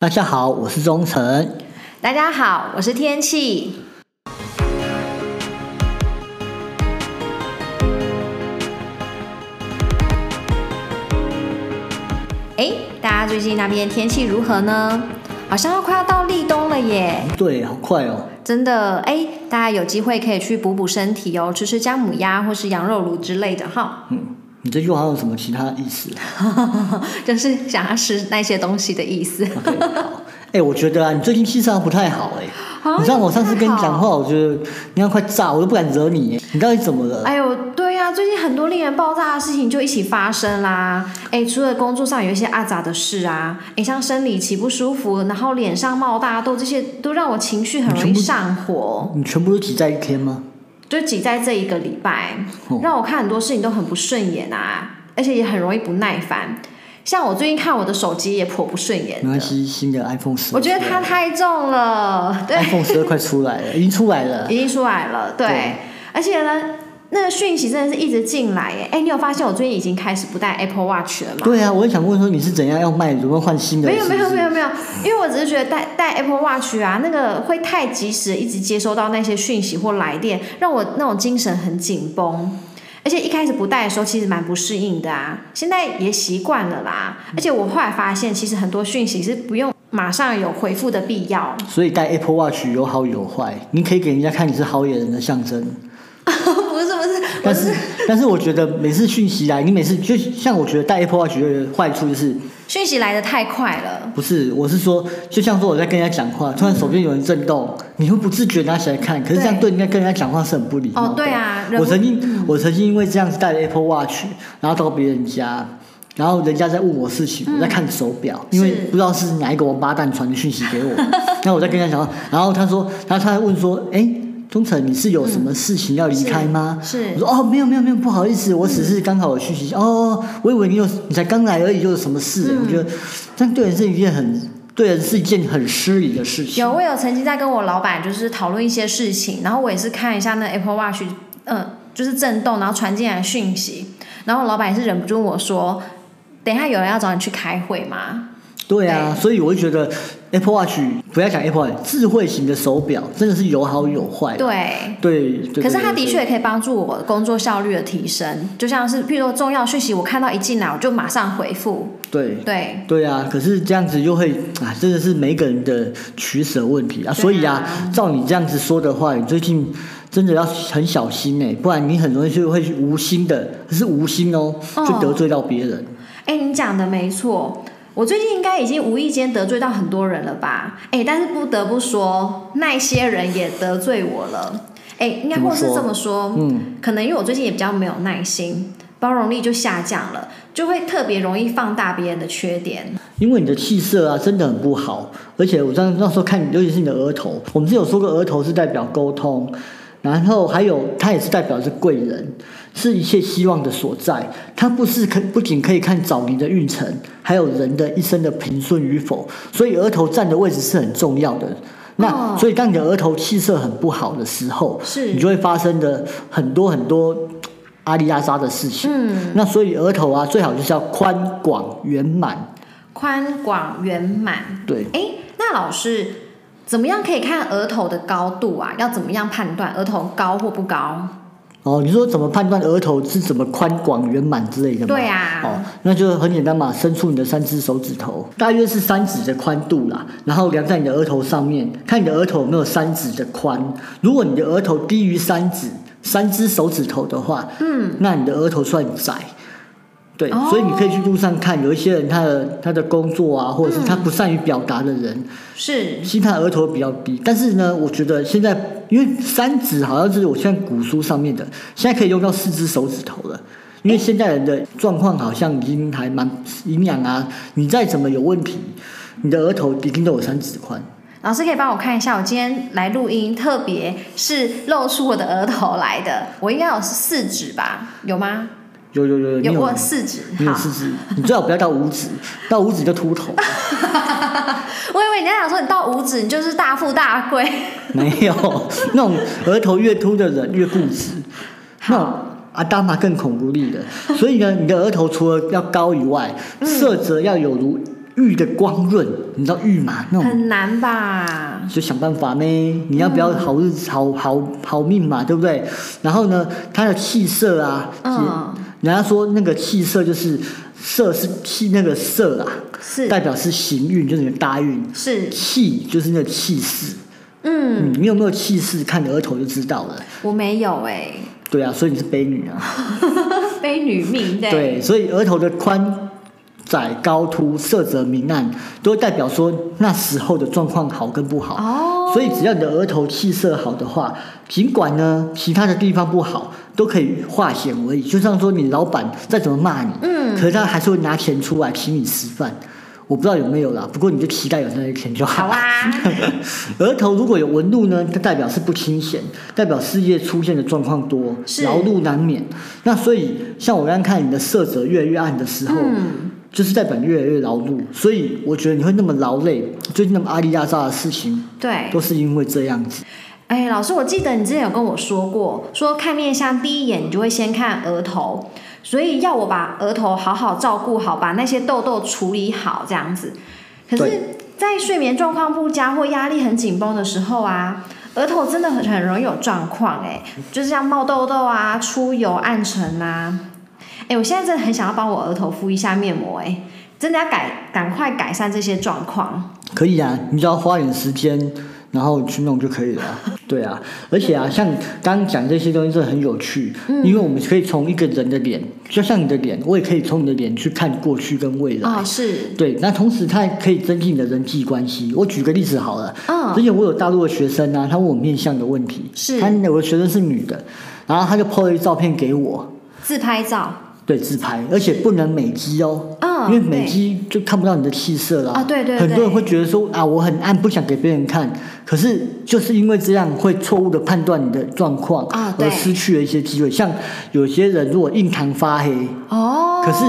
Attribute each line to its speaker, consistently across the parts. Speaker 1: 大家好，我是钟诚。
Speaker 2: 大家好，我是天气。哎，大家最近那边天气如何呢？好像要快要到立冬了耶，
Speaker 1: 对，好快哦！
Speaker 2: 真的哎，大家有机会可以去补补身体哦，吃吃姜母鸭或是羊肉炉之类的哈，
Speaker 1: 嗯，你这句话有什么其他意思
Speaker 2: 就是想要吃那些东西的意思。
Speaker 1: ？OK，好。哎、我觉得啊，你最近气色不太好哎、
Speaker 2: 啊
Speaker 1: 你知道我上次跟你
Speaker 2: 不太
Speaker 1: 讲话，我觉得你要快炸，我都不敢惹你、哎你到底怎么了？
Speaker 2: 哎呦，对呀、最近很多令人爆炸的事情就一起发生啦。哎，除了工作上有一些阿杂的事啊，哎，像生理期不舒服，然后脸上冒大痘，这些都让我情绪很容易上火，
Speaker 1: 你全部都挤在一天吗？
Speaker 2: 就挤在这一个礼拜
Speaker 1: 哦，
Speaker 2: 让我看很多事情都很不顺眼啊，而且也很容易不耐烦。像我最近看我的手机也颇不顺眼
Speaker 1: 没关
Speaker 2: 的，
Speaker 1: 系，新的 iPhone 十，
Speaker 2: 我觉得它太重了，对。
Speaker 1: iPhone 十二快出来了，已经出来了。
Speaker 2: 已经出来了，对，
Speaker 1: 对
Speaker 2: 而且呢，那个讯息真的是一直进来耶。哎，你有发现我最近已经开始不戴 Apple Watch 了吗？
Speaker 1: 对啊，我也想问说你是怎样要卖，有没有换新的？
Speaker 2: 没有没有没
Speaker 1: 有。
Speaker 2: 有没有，因为我只是觉得戴戴 Apple Watch 啊，那个会太及时，一直接收到那些讯息或来电，让我那种精神很紧绷。而且一开始不戴的时候，其实蛮不适应的啊，现在也习惯了啦。而且我后来发现，其实很多讯息是不用马上有回复的必要。
Speaker 1: 所以戴 Apple Watch 有好有坏，你可以给人家看你是好野人的象征。
Speaker 2: 不是不是，我
Speaker 1: 但是，但是我觉得每次讯息来，你每次就像我觉得戴 Apple Watch 的坏处就是，
Speaker 2: 讯息来的太快了。
Speaker 1: 不是我是说，就像说我在跟人家讲话，突然手边有人震动，你会不自觉拿起来看，可是这样对人家跟人家讲话是很不礼貌的。
Speaker 2: 哦对啊人
Speaker 1: 我
Speaker 2: 不
Speaker 1: 曾经我曾经因为这样子戴了 Apple Watch，然后到别人家。然后人家在问我事情，我在看手表，因为
Speaker 2: 是
Speaker 1: 不知道是哪一个王八蛋传的讯息给 我。然后我在跟人家讲话，然后他说，然后他还问说：“哎，忠诚，你是有什么事情要离开吗？”
Speaker 2: 是是
Speaker 1: 我说：“哦，没有没有没有，不好意思，我只是刚好有讯
Speaker 2: 嗯
Speaker 1: 息。哦，我以为你有，你才刚来而已，又有什么事？我觉得这样对人是一件很对人是一件很失礼的事情。
Speaker 2: 有，我有曾经在跟我老板就是讨论一些事情，然后我也是看一下那 Apple Watch，呃，就是震动，然后传进来的讯息，然后我老板也是忍不住问我说：“等一下有人要找你去开会吗
Speaker 1: 对啊，所以我就觉得 Apple Watch 不要讲 Apple Watch，智慧型的手表真的是有好有？”坏。
Speaker 2: 对。
Speaker 1: 对，哎对
Speaker 2: 可是它的，确
Speaker 1: 对
Speaker 2: 也可以帮助我工作效率的提升，就像是譬如说重要讯息，我看到一进来我就马上回复，
Speaker 1: 对对
Speaker 2: 对，
Speaker 1: 对啊，可是这样子又会啊，真的是每个人的取舍问题啊。所以啊，照你这样子说的话，你最近真的要很小心呢、不然你很容易就会无心的，是无心哦，
Speaker 2: 哦
Speaker 1: 就得罪到别人。
Speaker 2: 哎、你讲的没错，我最近应该已经无意间得罪到很多人了吧？哎、但是不得不说，那些人也得罪我了。哎、应该
Speaker 1: 怎么
Speaker 2: 或是
Speaker 1: 说
Speaker 2: 这么说，
Speaker 1: 嗯，
Speaker 2: 可能因为我最近也比较没有耐心，包容力就下降了，就会特别容易放大别人的缺点。
Speaker 1: 因为你的气色啊，真的很不好，而且我当那时候看你，尤其是你的额头，我们之前有说过，额头是代表沟通，然后还有它也是代表是贵人，是一切希望的所在。它不是可不仅可以看早年的运程，还有人的一生的平顺与否，所以额头占的位置是很重要的。那
Speaker 2: 哦
Speaker 1: 所以，当你的额头气色很不好的时候，
Speaker 2: 是
Speaker 1: 你就会发生的很多很多阿里阿扎的事情。嗯，那所以额头啊，最好就是要宽广圆满。
Speaker 2: 宽广圆满。
Speaker 1: 对，
Speaker 2: 哎、那老师，怎么样可以看额头的高度啊？要怎么样判断额头高或不高？
Speaker 1: 哦，你说怎么判断额头是怎么宽广圆满之类的吗？
Speaker 2: 对啊
Speaker 1: 哦，那就很简单嘛，伸出你的三只手指头，大约是三指的宽度啦，然后量在你的额头上面，看你的额头有没有三指的宽。如果你的额头低于三指，三只手指头的话，嗯，那你的额头算窄。对，
Speaker 2: 哦
Speaker 1: 所以你可以去路上看，有一些人他的他的工作啊，或者是他不善于表达的人，
Speaker 2: 是
Speaker 1: 心态额头比较低，但是呢，我觉得现在因为三指好像是我现在古书上面的，现在可以用到四只手指头了。因为现代人的状况好像已经还蛮营养啊，你再怎么有问题，你的额头一定都有三指宽。
Speaker 2: 老师可以帮我看一下，我今天来录音，特别是露出我的额头来的，我应该有四指吧？有吗？
Speaker 1: 有有呃有，你
Speaker 2: 有
Speaker 1: 有
Speaker 2: 我四指，
Speaker 1: 你有
Speaker 2: 好。
Speaker 1: 四指，你最好不要到五指，到五指就秃头。
Speaker 2: 我以为你在想说你到五指，你就是大富大贵。
Speaker 1: 没有，那种额头越秃的人越固执，那种阿大
Speaker 2: 嗯
Speaker 1: 妈更恐孤立的。所以呢，你的额头除了要高以外，色泽要有如玉的光润，你知道玉吗？那种
Speaker 2: 很难吧？
Speaker 1: 就想办法咩，你要不要好日子
Speaker 2: 嗯
Speaker 1: 好好好命嘛，对不对？然后呢，它的气色啊，
Speaker 2: 嗯，
Speaker 1: 人家说那个气色就是色是气那个色啊，
Speaker 2: 是
Speaker 1: 代表是行运，就是你的大运；
Speaker 2: 是，
Speaker 1: 气就是那个气势，
Speaker 2: 嗯，
Speaker 1: 嗯，你有没有气势，看你额头就知道了。
Speaker 2: 我没有哎、
Speaker 1: 对啊，所以你是悲女啊，
Speaker 2: 非女命对，
Speaker 1: 对，所以额头的宽窄高凸、色泽明暗，都会代表说那时候的状况好跟不好。
Speaker 2: 哦，
Speaker 1: 所以只要你的额头气色好的话，尽管呢其他的地方不好，都可以化险为夷。就像说你老板再怎么骂你，
Speaker 2: 嗯
Speaker 1: 可是他还是会拿钱出来请你吃饭。我不知道有没有啦，不过你就期待有那些钱就好。
Speaker 2: 好 啊，
Speaker 1: 额头如果有纹路呢，它代表是不清闲，代表事业出现的状况多
Speaker 2: 是，
Speaker 1: 劳碌难免。那所以像我刚刚看你的色泽越来越暗的时候，
Speaker 2: 嗯，
Speaker 1: 就是代表你越来越劳碌。所以我觉得你会那么劳累，最近那么阿里亚扎的事情，
Speaker 2: 对。
Speaker 1: 都是因为这样子。
Speaker 2: 哎，老师，我记得你之前有跟我说过，说看面相第一眼你就会先看额头，所以要我把额头好好照顾好，把那些痘痘处理好，这样子。可是
Speaker 1: 对，
Speaker 2: 在睡眠状况不佳或压力很紧绷的时候啊，额头真的很很容易有状况、哎，就是像冒痘痘啊、出油、暗沉啊。哎，我现在真的很想要帮我额头敷一下面膜、哎，真的要改，赶快改善这些状况。
Speaker 1: 可以啊，你只要花点时间，然后去弄就可 以了啊。对啊，而且啊，像刚刚讲这些东西是很有趣，
Speaker 2: 嗯
Speaker 1: 因为我们可以从一个人的脸，就像你的脸，我也可以从你的脸去看过去跟未来。
Speaker 2: 哦，是，
Speaker 1: 对，那同时它也可以增进你的人际关系。我举个例子好了，
Speaker 2: 嗯
Speaker 1: 之前我有大陆的学生啊，他问我面相的问题，
Speaker 2: 是
Speaker 1: 他有个学生是女的，然后他就 po 了一照片给我，
Speaker 2: 自拍照。
Speaker 1: 对，自拍，而且不能美肌哦，因
Speaker 2: 嗯
Speaker 1: 为美肌就看不到你的气色啦。
Speaker 2: 啊对对对
Speaker 1: 很多人会觉得说啊，我很暗，不想给别人看，可是就是因为这样会错误的判断你的状况，
Speaker 2: 啊对
Speaker 1: 而失去了一些机会。像有些人如果印堂发黑，
Speaker 2: 哦，
Speaker 1: 可是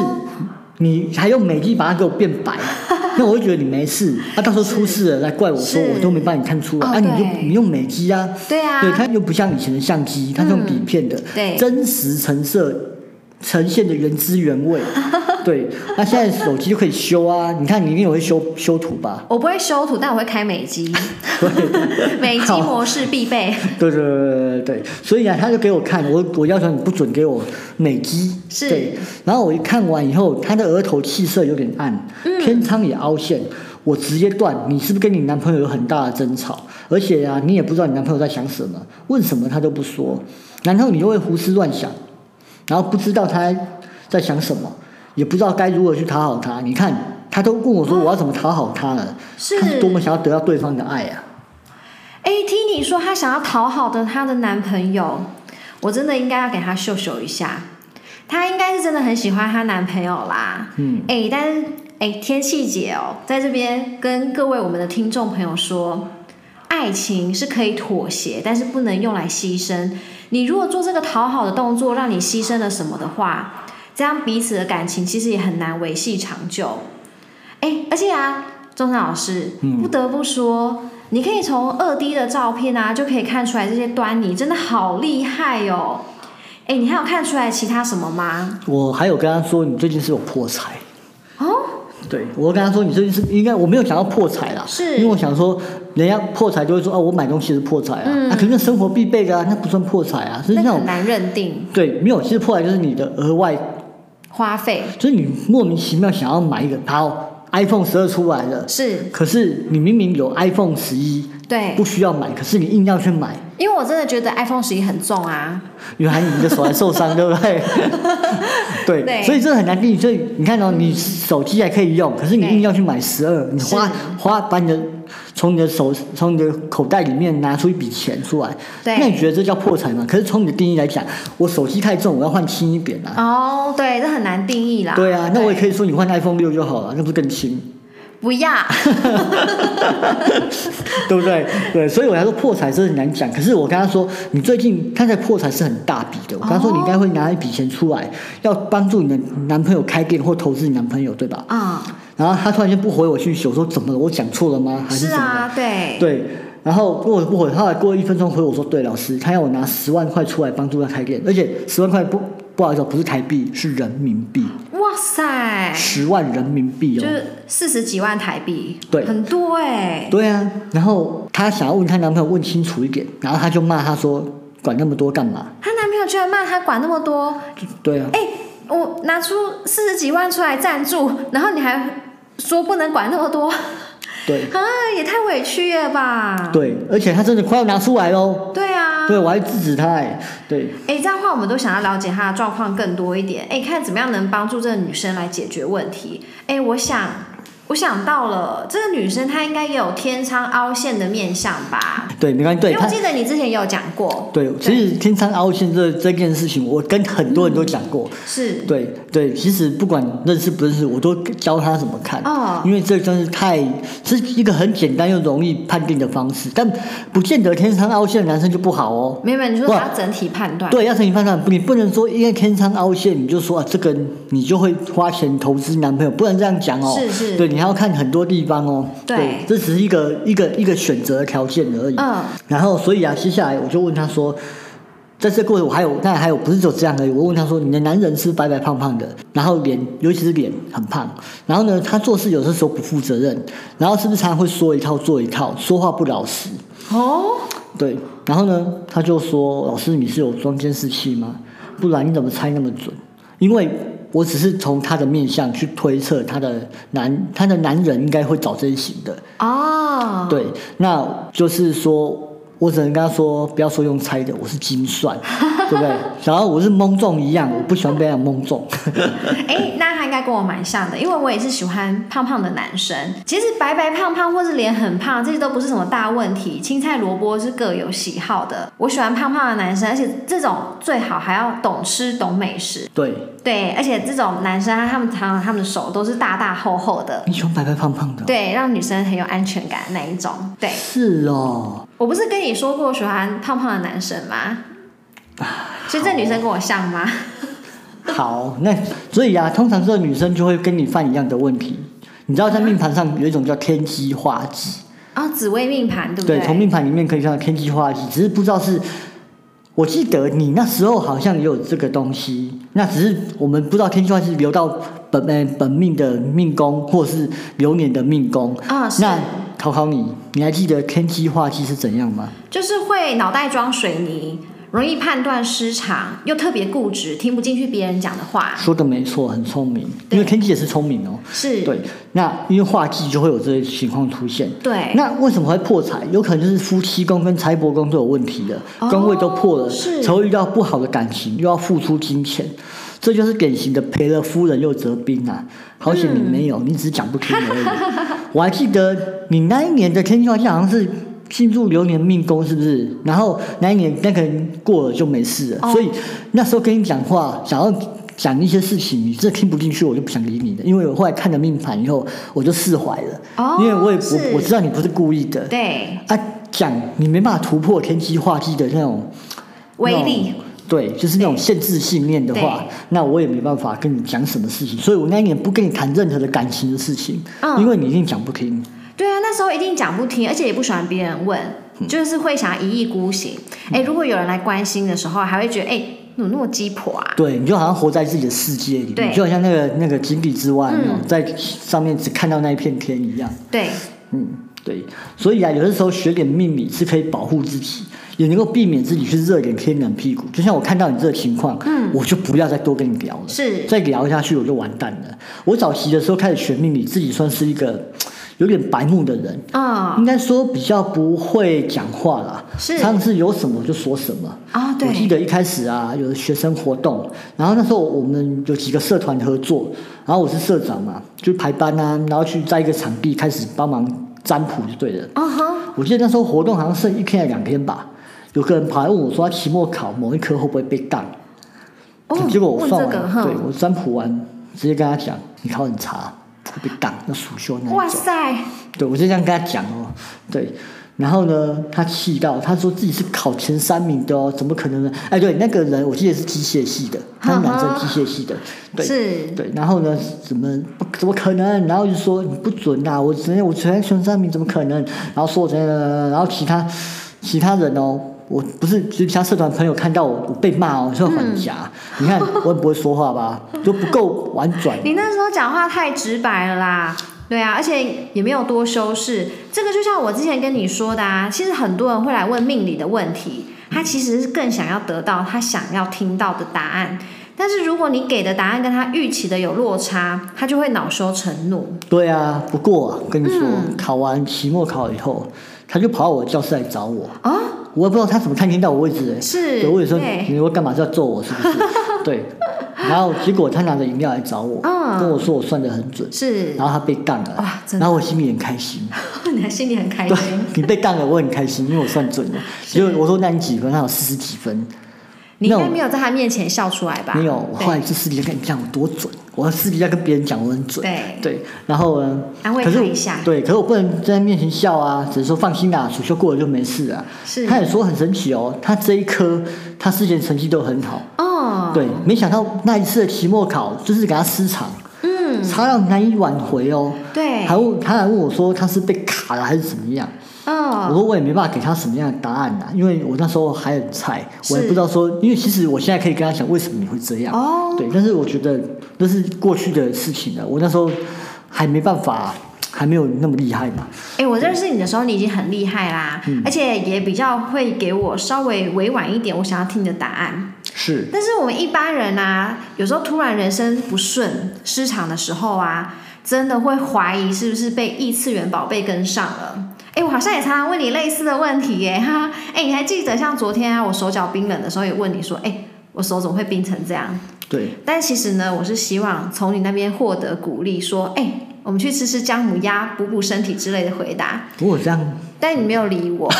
Speaker 1: 你还用美肌把它给我变 白，那我会觉得你没事，啊，到时候出事了来怪我说
Speaker 2: 是
Speaker 1: 我都没帮你看出来，
Speaker 2: 哦
Speaker 1: 啊，你就
Speaker 2: 对
Speaker 1: 你用美肌啊，
Speaker 2: 对啊，嗯
Speaker 1: 对，它又不像以前的相机，它是用底片的，
Speaker 2: 对
Speaker 1: 真实成色呈现的原汁原 味。对，那现在手机就可以修啊，你看你一定有会修修图吧？
Speaker 2: 我不会修图，但我会开美肌， 美肌模式必备。
Speaker 1: 对对对对对对，所以啊，他就给我看，我我要求你不准给我美肌，
Speaker 2: 是
Speaker 1: 对。然后我一看完以后，他的额头气色有点暗，
Speaker 2: 嗯
Speaker 1: 偏仓也凹陷，我直接断，你是不是跟你男朋友有很大的争吵？而且啊，你也不知道你男朋友在想什么，问什么他都不说，然后你又会胡思乱想，然后不知道他在想什么，也不知道该如何去讨好他。你看，他都问我说我要怎么讨好他了，
Speaker 2: 哦是
Speaker 1: 他多么想要得到对方的爱啊！
Speaker 2: 哎，听你说她想要讨好的她的男朋友，我真的应该要给她秀秀一下。她应该是真的很喜欢她男朋友啦。嗯，哎，但是哎，天气姐哦，在这边跟各位我们的听众朋友说，爱情是可以妥协，但是不能用来牺牲。你如果做这个讨好的动作，让你牺牲了什么的话，这样彼此的感情其实也很难维系长久。哎，而且啊，钟山老师，不得不说，你可以从二 D 的照片啊，就可以看出来这些端倪，真的好厉害哦。哎，你还有看出来其他什么吗？
Speaker 1: 我还有跟他说，你最近是有破财。
Speaker 2: 哦，
Speaker 1: 对，我跟他说，你最近是应该我没有想要破财啦，
Speaker 2: 是
Speaker 1: 因为我想说，人家破财就会说，哦，我买东西是破财啊，啊，可是那生活必备的啊，那不算破财啊，是
Speaker 2: 那
Speaker 1: 那
Speaker 2: 个
Speaker 1: 种
Speaker 2: 很难认定
Speaker 1: 对，没有，其实破财就是你的额外，
Speaker 2: 花费
Speaker 1: 就是你莫名其妙想要买一个，好，iPhone 十二出来了，
Speaker 2: 是
Speaker 1: 可是你明明有 iPhone 十一
Speaker 2: 对
Speaker 1: 不，需要买，可是你硬要去买，
Speaker 2: 因为我真的觉得 iPhone 十一很重 啊。
Speaker 1: 原来你的手还受伤，对不对？对，
Speaker 2: 对
Speaker 1: 所以这很难定义。所以你看哦，你手机还可以用，可是你
Speaker 2: 对
Speaker 1: 硬要去买十二，你花花把你的从你的手从你的口袋里面拿出一笔钱出来，
Speaker 2: 对
Speaker 1: 那你觉得这叫破财吗？可是从你的定义来讲，我手机太重，我要换轻一点啊。
Speaker 2: 哦，对，这很难定义啦。
Speaker 1: 对啊，那我也可
Speaker 2: 以
Speaker 1: 以说你换 iPhone 六就好了，那不是更轻，
Speaker 2: 不要
Speaker 1: 对不对？对，所以我才说破财是很难讲。可是我跟他说，你最近他的破财是很大笔的，我跟他说
Speaker 2: 哦
Speaker 1: 你应该会拿一笔钱出来，要帮助你的男朋友开店或投资你男朋友，对吧？
Speaker 2: 啊、
Speaker 1: 然后他突然间不回我讯息，我说怎么了？我讲错了吗？还是
Speaker 2: 是
Speaker 1: 怎么了？
Speaker 2: 啊，对
Speaker 1: 对，然后不回不回，后来过了一分钟回我说，对，老师，他要我拿十万块出来帮助他开店，而且十万块不不好意思哦，不是台币，是人民币。
Speaker 2: 哇，哇塞，
Speaker 1: 十万人民币
Speaker 2: 哎就
Speaker 1: 哦。
Speaker 2: 是四十几万台币，
Speaker 1: 对
Speaker 2: 很多哎、
Speaker 1: 对啊，然后她想要问她男朋友问清楚一点，然后她就骂她说管那么多干嘛？
Speaker 2: 她男朋友居然骂她管那么多，
Speaker 1: 对啊，
Speaker 2: 哎、我拿出四十几万出来赞助，然后你还说不能管那么多，
Speaker 1: 对
Speaker 2: 啊，也太委屈了吧？
Speaker 1: 对，而且她真的快要拿出来喽。
Speaker 2: 对啊，
Speaker 1: 对，我还制止她哎，对
Speaker 2: 哎、这样的话我们都想要了解她的状况更多一点。哎、看怎么样能帮助这个女生来解决问题。哎、我想，我想到了，这个女生她应该也有天仓凹陷的面相吧？
Speaker 1: 对，没关系，对
Speaker 2: 因为我
Speaker 1: 她。
Speaker 2: 记得你之前也有讲过，
Speaker 1: 对，其实天仓凹陷这这件事情，我跟很多人都讲过。
Speaker 2: 是，
Speaker 1: 对对，其实不管认识不认识，我都教他怎么看，
Speaker 2: 哦
Speaker 1: 因为这真是太是一个很简单又容易判定的方式，但不见得天仓凹陷的男生就不好哦。
Speaker 2: 没有没有，你说
Speaker 1: 哇
Speaker 2: 她整体判断，
Speaker 1: 对，要成你判断，你不能说因为天仓凹陷你就说啊这个你就会花钱投资男朋友，不能这样讲哦。
Speaker 2: 是是
Speaker 1: 对，你还要看很多地方哦。
Speaker 2: 对
Speaker 1: 这只是一个一个一个选择的条件而已。
Speaker 2: 嗯，
Speaker 1: 然后所以啊，接下来我就问他说，在这过程我还有，那还有不是只有这样而已。我问他说，你的男人是白白胖胖的，然后脸尤其是脸很胖，然后呢，他做事有的时候不负责任，然后是不是常常会说一套做一套，说话不老实？
Speaker 2: 哦，
Speaker 1: 对，然后呢，他就说：“老师，你是有装监视器吗？不然你怎么猜那么准？因为我只是从他的面相去推测他的男，他的男人应该会找这一型的。
Speaker 2: 哦，
Speaker 1: 对，那就是说我只能跟他说，不要说用猜的，我是精算，对不对？ 然后我是蒙中一样，我不喜欢被人家蒙中。
Speaker 2: 哎，那他应该跟我蛮像的，因为我也是喜欢胖胖的男生。其实白白胖胖或是脸很胖，这些都不是什么大问题，青菜萝卜是各有喜好的。我喜欢胖胖的男生，而且这种最好还要懂吃懂美食。
Speaker 1: 对，
Speaker 2: 对，而且这种男生他们常常他们的手都是大大厚厚的，
Speaker 1: 你喜欢白白胖胖的哦、
Speaker 2: 对，让女生很有安全感那一种。对
Speaker 1: 是哦，
Speaker 2: 我不是跟你说过喜欢胖胖的男 生吗？所以这女生跟我像吗？
Speaker 1: 好，那所以啊，通常这个女生就会跟你犯一样的问题。你知道在命盘上有一种叫天机化忌，
Speaker 2: 哦，紫薇命盘对不
Speaker 1: 对，
Speaker 2: 对
Speaker 1: 从命盘里面可以看到天机化忌，只是不知道是。我记得你那时候好像也有这个东西，那只是我们不知道天机化忌留到本呃本命的命宫，或是流年的命宫。
Speaker 2: 啊是
Speaker 1: 那考考你，你还记得天机化忌是怎样吗？
Speaker 2: 就是会脑袋装水泥，容易判断失常，又特别固执，听不进去别人讲的话。
Speaker 1: 说的没错，很聪明，
Speaker 2: 啊对
Speaker 1: 因为天机也是聪明哦。
Speaker 2: 是，
Speaker 1: 对，那因为化忌就会有这些情况出现。
Speaker 2: 对
Speaker 1: 那为什么会破财？有可能就是夫妻宫跟财帛宫都有问题的，
Speaker 2: 哦
Speaker 1: 宫位都破了，
Speaker 2: 是
Speaker 1: 才会遇到不好的感情，又要付出金钱，这就是典型的赔了夫人又折兵啊！好险你没
Speaker 2: 嗯
Speaker 1: 有，你只是讲不听而已。 我还记得你那一年的天气好像是。进入流年命宫是不是？然后那一年那个人过了就没事了，
Speaker 2: 哦
Speaker 1: 所以那时候跟你讲话，想要讲一些事情，你这听不进去，我就不想理你的。因为我后来看了命盘以后，我就释怀了，
Speaker 2: 哦
Speaker 1: 因为我也
Speaker 2: 是
Speaker 1: 我我知道你不是故意的，
Speaker 2: 对，
Speaker 1: 啊，讲你没办法突破天机化忌的那种
Speaker 2: 威力，
Speaker 1: 那种对，就是那种限制信念的话
Speaker 2: 对，
Speaker 1: 那我也没办法跟你讲什么事情，所以我那一年不跟你谈任何的感情的事情，
Speaker 2: 嗯
Speaker 1: 因为你一定讲不听。
Speaker 2: 对啊，那时候一定讲不听，而且也不喜欢别人问，
Speaker 1: 嗯
Speaker 2: 就是会想要一意孤行。哎、如果有人来关心的时候，还会觉得哎，怎么那么鸡婆啊？
Speaker 1: 对，你就好像活在自己的世界里面，
Speaker 2: 对
Speaker 1: 就好像那个那个井底之蛙，嗯、在上面只看到那一片天一样。
Speaker 2: 对，
Speaker 1: 嗯，对，所以啊，有的时候学点命理是可以保护自己，也能够避免自己去热脸贴冷屁股。就像我看到你这个情况，嗯，我就不要再多跟你聊了，
Speaker 2: 是
Speaker 1: 再聊下去我就完蛋了。我早期的时候开始学命理，自己算是一个有点白目的人，
Speaker 2: 啊、
Speaker 1: 应该说比较不会讲话啦，
Speaker 2: 是
Speaker 1: 上次有什么就说什么。
Speaker 2: 啊、
Speaker 1: 我记
Speaker 2: 对，
Speaker 1: 得一开始啊，有学生活动，然后那时候我们有几个社团合作，然后我是社长嘛，就排班啊，然后去在一个场地开始帮忙占卜就对了。
Speaker 2: 啊哈，
Speaker 1: 我记得那时候活动好像剩一天还两天吧，有个人跑来问我说他期末考某一科会不会被当，
Speaker 2: 哦，
Speaker 1: 结果我
Speaker 2: 问
Speaker 1: 算
Speaker 2: 这
Speaker 1: 完，
Speaker 2: 个
Speaker 1: 对
Speaker 2: 哼，
Speaker 1: 我占卜完，直接跟他讲你考很差，会被当，要暑修那
Speaker 2: 哇
Speaker 1: 一种。
Speaker 2: 塞，
Speaker 1: 对，我就这样跟他讲哦，对。然后呢，他气到，他说自己是考前三名的哦，怎么可能呢？哎，对，那个人我记得是机械系的，他是男生
Speaker 2: 嗯哼
Speaker 1: 机械系的，对，
Speaker 2: 是
Speaker 1: 对。然后呢，怎么不怎么可能？然后就说你不准啊呐、我昨天我昨天前三名怎么可能？然后说我怎样怎样，怎样然后其他其他人哦，我不是就是其他社团朋友看到我我被骂哦，说很夹，你看我很不会说话吧，就不够婉 转。
Speaker 2: 你那时候讲话太直白了啦。对啊，而且也没有多修饰。这个就像我之前跟你说的啊，其实很多人会来问命理的问题，他其实是更想要得到他想要听到的答案。但是如果你给的答案跟他预期的有落差，他就会恼羞成怒。
Speaker 1: 对啊，不过、啊、跟你说，
Speaker 2: 嗯
Speaker 1: 考完期末考以后，他就跑到我教室来找我，
Speaker 2: 啊、
Speaker 1: 我也不知道他怎么探听到我位置哎。
Speaker 2: 是，
Speaker 1: 对，我也说
Speaker 2: 对
Speaker 1: 你会干嘛是要揍我是不 是？对，然后结果他拿着饮料来找我，
Speaker 2: 嗯
Speaker 1: 跟我说我算的很准，
Speaker 2: 是
Speaker 1: 然后他被杠了，
Speaker 2: 哇真的
Speaker 1: 然后我心里很开 心。
Speaker 2: 你还心里很开
Speaker 1: 对
Speaker 2: 心。
Speaker 1: 你被杠了，我很开心，因为我算准了。结果我说那你几分？他有四十几分，
Speaker 2: 你应该
Speaker 1: 那我
Speaker 2: 没有在他面前笑出来吧？
Speaker 1: 没有。我
Speaker 2: 对
Speaker 1: 后来就私底下跟你讲我多准，我私底下跟别人讲我很准。
Speaker 2: 对
Speaker 1: 然后呢？
Speaker 2: 安慰
Speaker 1: 可是
Speaker 2: 他
Speaker 1: 我
Speaker 2: 一下
Speaker 1: 对，可是我不能在他面前笑啊，只是说放心啦、暑修过了就没事啊。
Speaker 2: 是
Speaker 1: 他也说很神奇哦，他这一科他之前成绩都很好，
Speaker 2: 哦，
Speaker 1: 对，没想到那一次的期末考就是给他失常，
Speaker 2: 嗯，
Speaker 1: 差到难以挽回哦。
Speaker 2: 对，
Speaker 1: 还问他还问我说他是被卡了还是怎么样？我
Speaker 2: 哦，
Speaker 1: 说我也没办法给他什么样的答案呐、因为我那时候还很菜，我也
Speaker 2: 是
Speaker 1: 不知道说，因为其实我现在可以跟他讲为什么你会这样，
Speaker 2: 哦
Speaker 1: 对，但是我觉得那是过去的事情啊了，我那时候还没办法，还没有那么厉害嘛，
Speaker 2: 哎，我认识你的时候，你已经很厉害啦，而且也比较会给我稍微委婉一点，我想要听你的答案。
Speaker 1: 是
Speaker 2: 但是我们一般人啊，有时候突然人生不顺、失常的时候啊，真的会怀疑是不是被异次元宝贝跟上了。哎，我好像也常常问你类似的问题耶，哈哈。哎，你还记得像昨天啊，我手脚冰冷的时候也问你说，哎，我手怎么会冰成这样？
Speaker 1: 对，
Speaker 2: 但其实呢，我是希望从你那边获得鼓励，说，哎、我们去吃吃姜母鸭，补补身体之类的回答。
Speaker 1: 不过我这样，
Speaker 2: 但你没有理 我，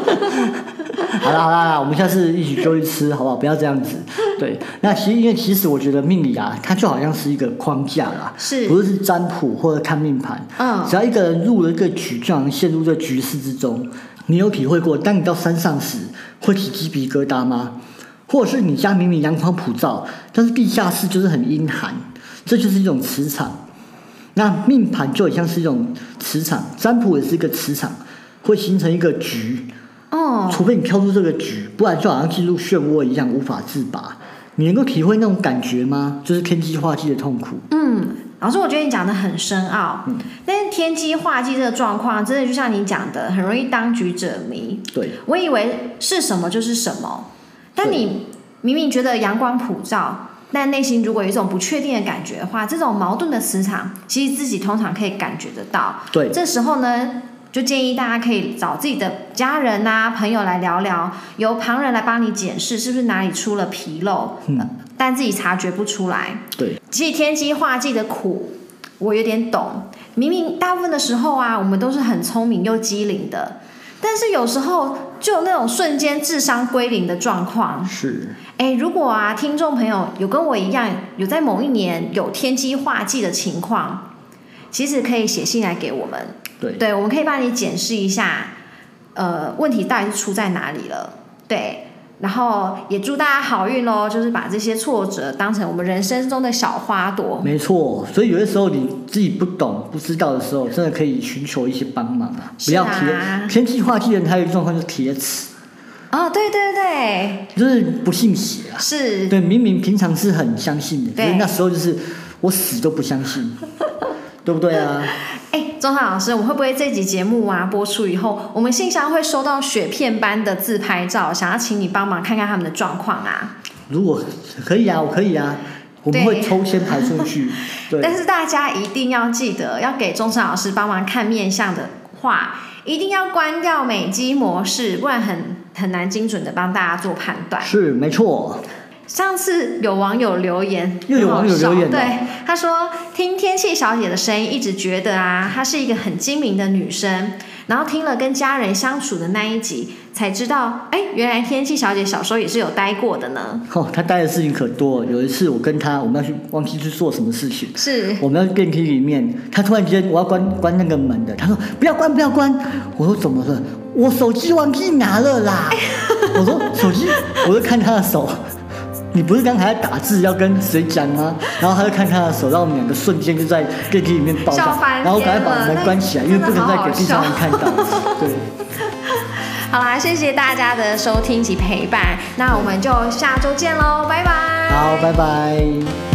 Speaker 1: 好啦好啦好啦，我们下次一起就去吃，好不好？不要这样子，对，那其实因为其实我觉得命理啊，它就好像是一个框架啦，
Speaker 2: 是
Speaker 1: 不是占卜或者看命盘，
Speaker 2: 嗯，
Speaker 1: 只要一个人入了一个局，就好像陷入这局势之中。你有体会过，当你到山上时，会起鸡皮疙瘩吗？或者是你家明明阳光普照，但是地下室就是很阴寒，这就是一种磁场。那命盘就很像是一种磁场，占卜也是一个磁场，会形成一个局。
Speaker 2: 哦，
Speaker 1: 除非你跳出这个局，不然就好像进入漩涡一样无法自拔。你能够体会那种感觉吗？就是天机化忌的痛苦。
Speaker 2: 嗯，老师，我觉得你讲的很深奥，
Speaker 1: 嗯
Speaker 2: 但是天机化忌这个状况，真的就像你讲的，很容易当局者迷。
Speaker 1: 对，
Speaker 2: 我以为是什么就是什么，但
Speaker 1: 对
Speaker 2: 你明明觉得阳光普照，但内心如果有一种不确定的感觉的话，这种矛盾的磁场，其实自己通常可以感觉得到。
Speaker 1: 对，
Speaker 2: 这时候呢，就建议大家可以找自己的家人啊、朋友来聊聊，由旁人来帮你检视是不是哪里出了纰漏，
Speaker 1: 嗯，
Speaker 2: 但自己察觉不出来。
Speaker 1: 对，
Speaker 2: 其实天机化忌的苦，我有点懂。明明大部分的时候啊，我们都是很聪明又机灵的，但是有时候就有那种瞬间智商归零的状况。
Speaker 1: 是。
Speaker 2: 哎，如果啊，听众朋友有跟我一样，有在某一年有天机化忌的情况，其实可以写信来给我们。
Speaker 1: 对
Speaker 2: 对，我们可以帮你检视一下，呃，问题到底是出在哪里了。对，然后也祝大家好运喽，就是把这些挫折当成我们人生中的小花朵。
Speaker 1: 没错，所以有些时候你自己不懂、不知道的时候，真的可以寻求一些帮忙啊！不
Speaker 2: 是
Speaker 1: 要
Speaker 2: 啊
Speaker 1: 贴天气化技人，还有一个状况就是铁齿，
Speaker 2: 哦，对对对，
Speaker 1: 就是不信邪 啊。
Speaker 2: 是，
Speaker 1: 对，明明平常是很相信的，可是
Speaker 2: 对
Speaker 1: 那时候就是我死都不相信，对不对啊？
Speaker 2: 哎，钟汉老师，我们会不会这集节目啊播出以后，我们信箱会收到雪片般的自拍照，想要请你帮忙看看他们的状况啊？
Speaker 1: 如果可以啊，我可以啊，我们
Speaker 2: 对
Speaker 1: 会抽签排顺 序。对，
Speaker 2: 但是大家一定要记得，要给钟汉老师帮忙看面相的话，一定要关掉美肌模式，不然很很难精准的帮大家做判断。
Speaker 1: 是没错，
Speaker 2: 上次有网友留言，
Speaker 1: 又有网友留言了哦
Speaker 2: 很好笑对他说听天气小姐的声音，一直觉得啊，她是一个很精明的女生。然后听了跟家人相处的那一集，才知道，哎，原来天气小姐小时候也是有待过的呢。
Speaker 1: 哦，他待的事情可多了。有一次我跟他，我们要去忘记去做什么事情，
Speaker 2: 是，
Speaker 1: 我们要去电梯里面，他突然间我要关关那个门的，他说不要关不要关，我说怎么了？我手机忘记拿了啦！ 我说手机，我就看他的手，你不是刚才在打字要跟谁讲吗？然后他就看他的手，让我们两个瞬间就在电梯里面爆
Speaker 2: 笑
Speaker 1: 炸
Speaker 2: 翻，天
Speaker 1: 然后赶快把
Speaker 2: 了
Speaker 1: 门
Speaker 2: 那
Speaker 1: 关起来，因为
Speaker 2: 真的
Speaker 1: 不能再
Speaker 2: 好好
Speaker 1: 给第三人
Speaker 2: 笑
Speaker 1: 看到。对，
Speaker 2: 好啦，谢谢大家的收听及陪伴，那我们就下周见喽，拜拜。
Speaker 1: 好，拜拜。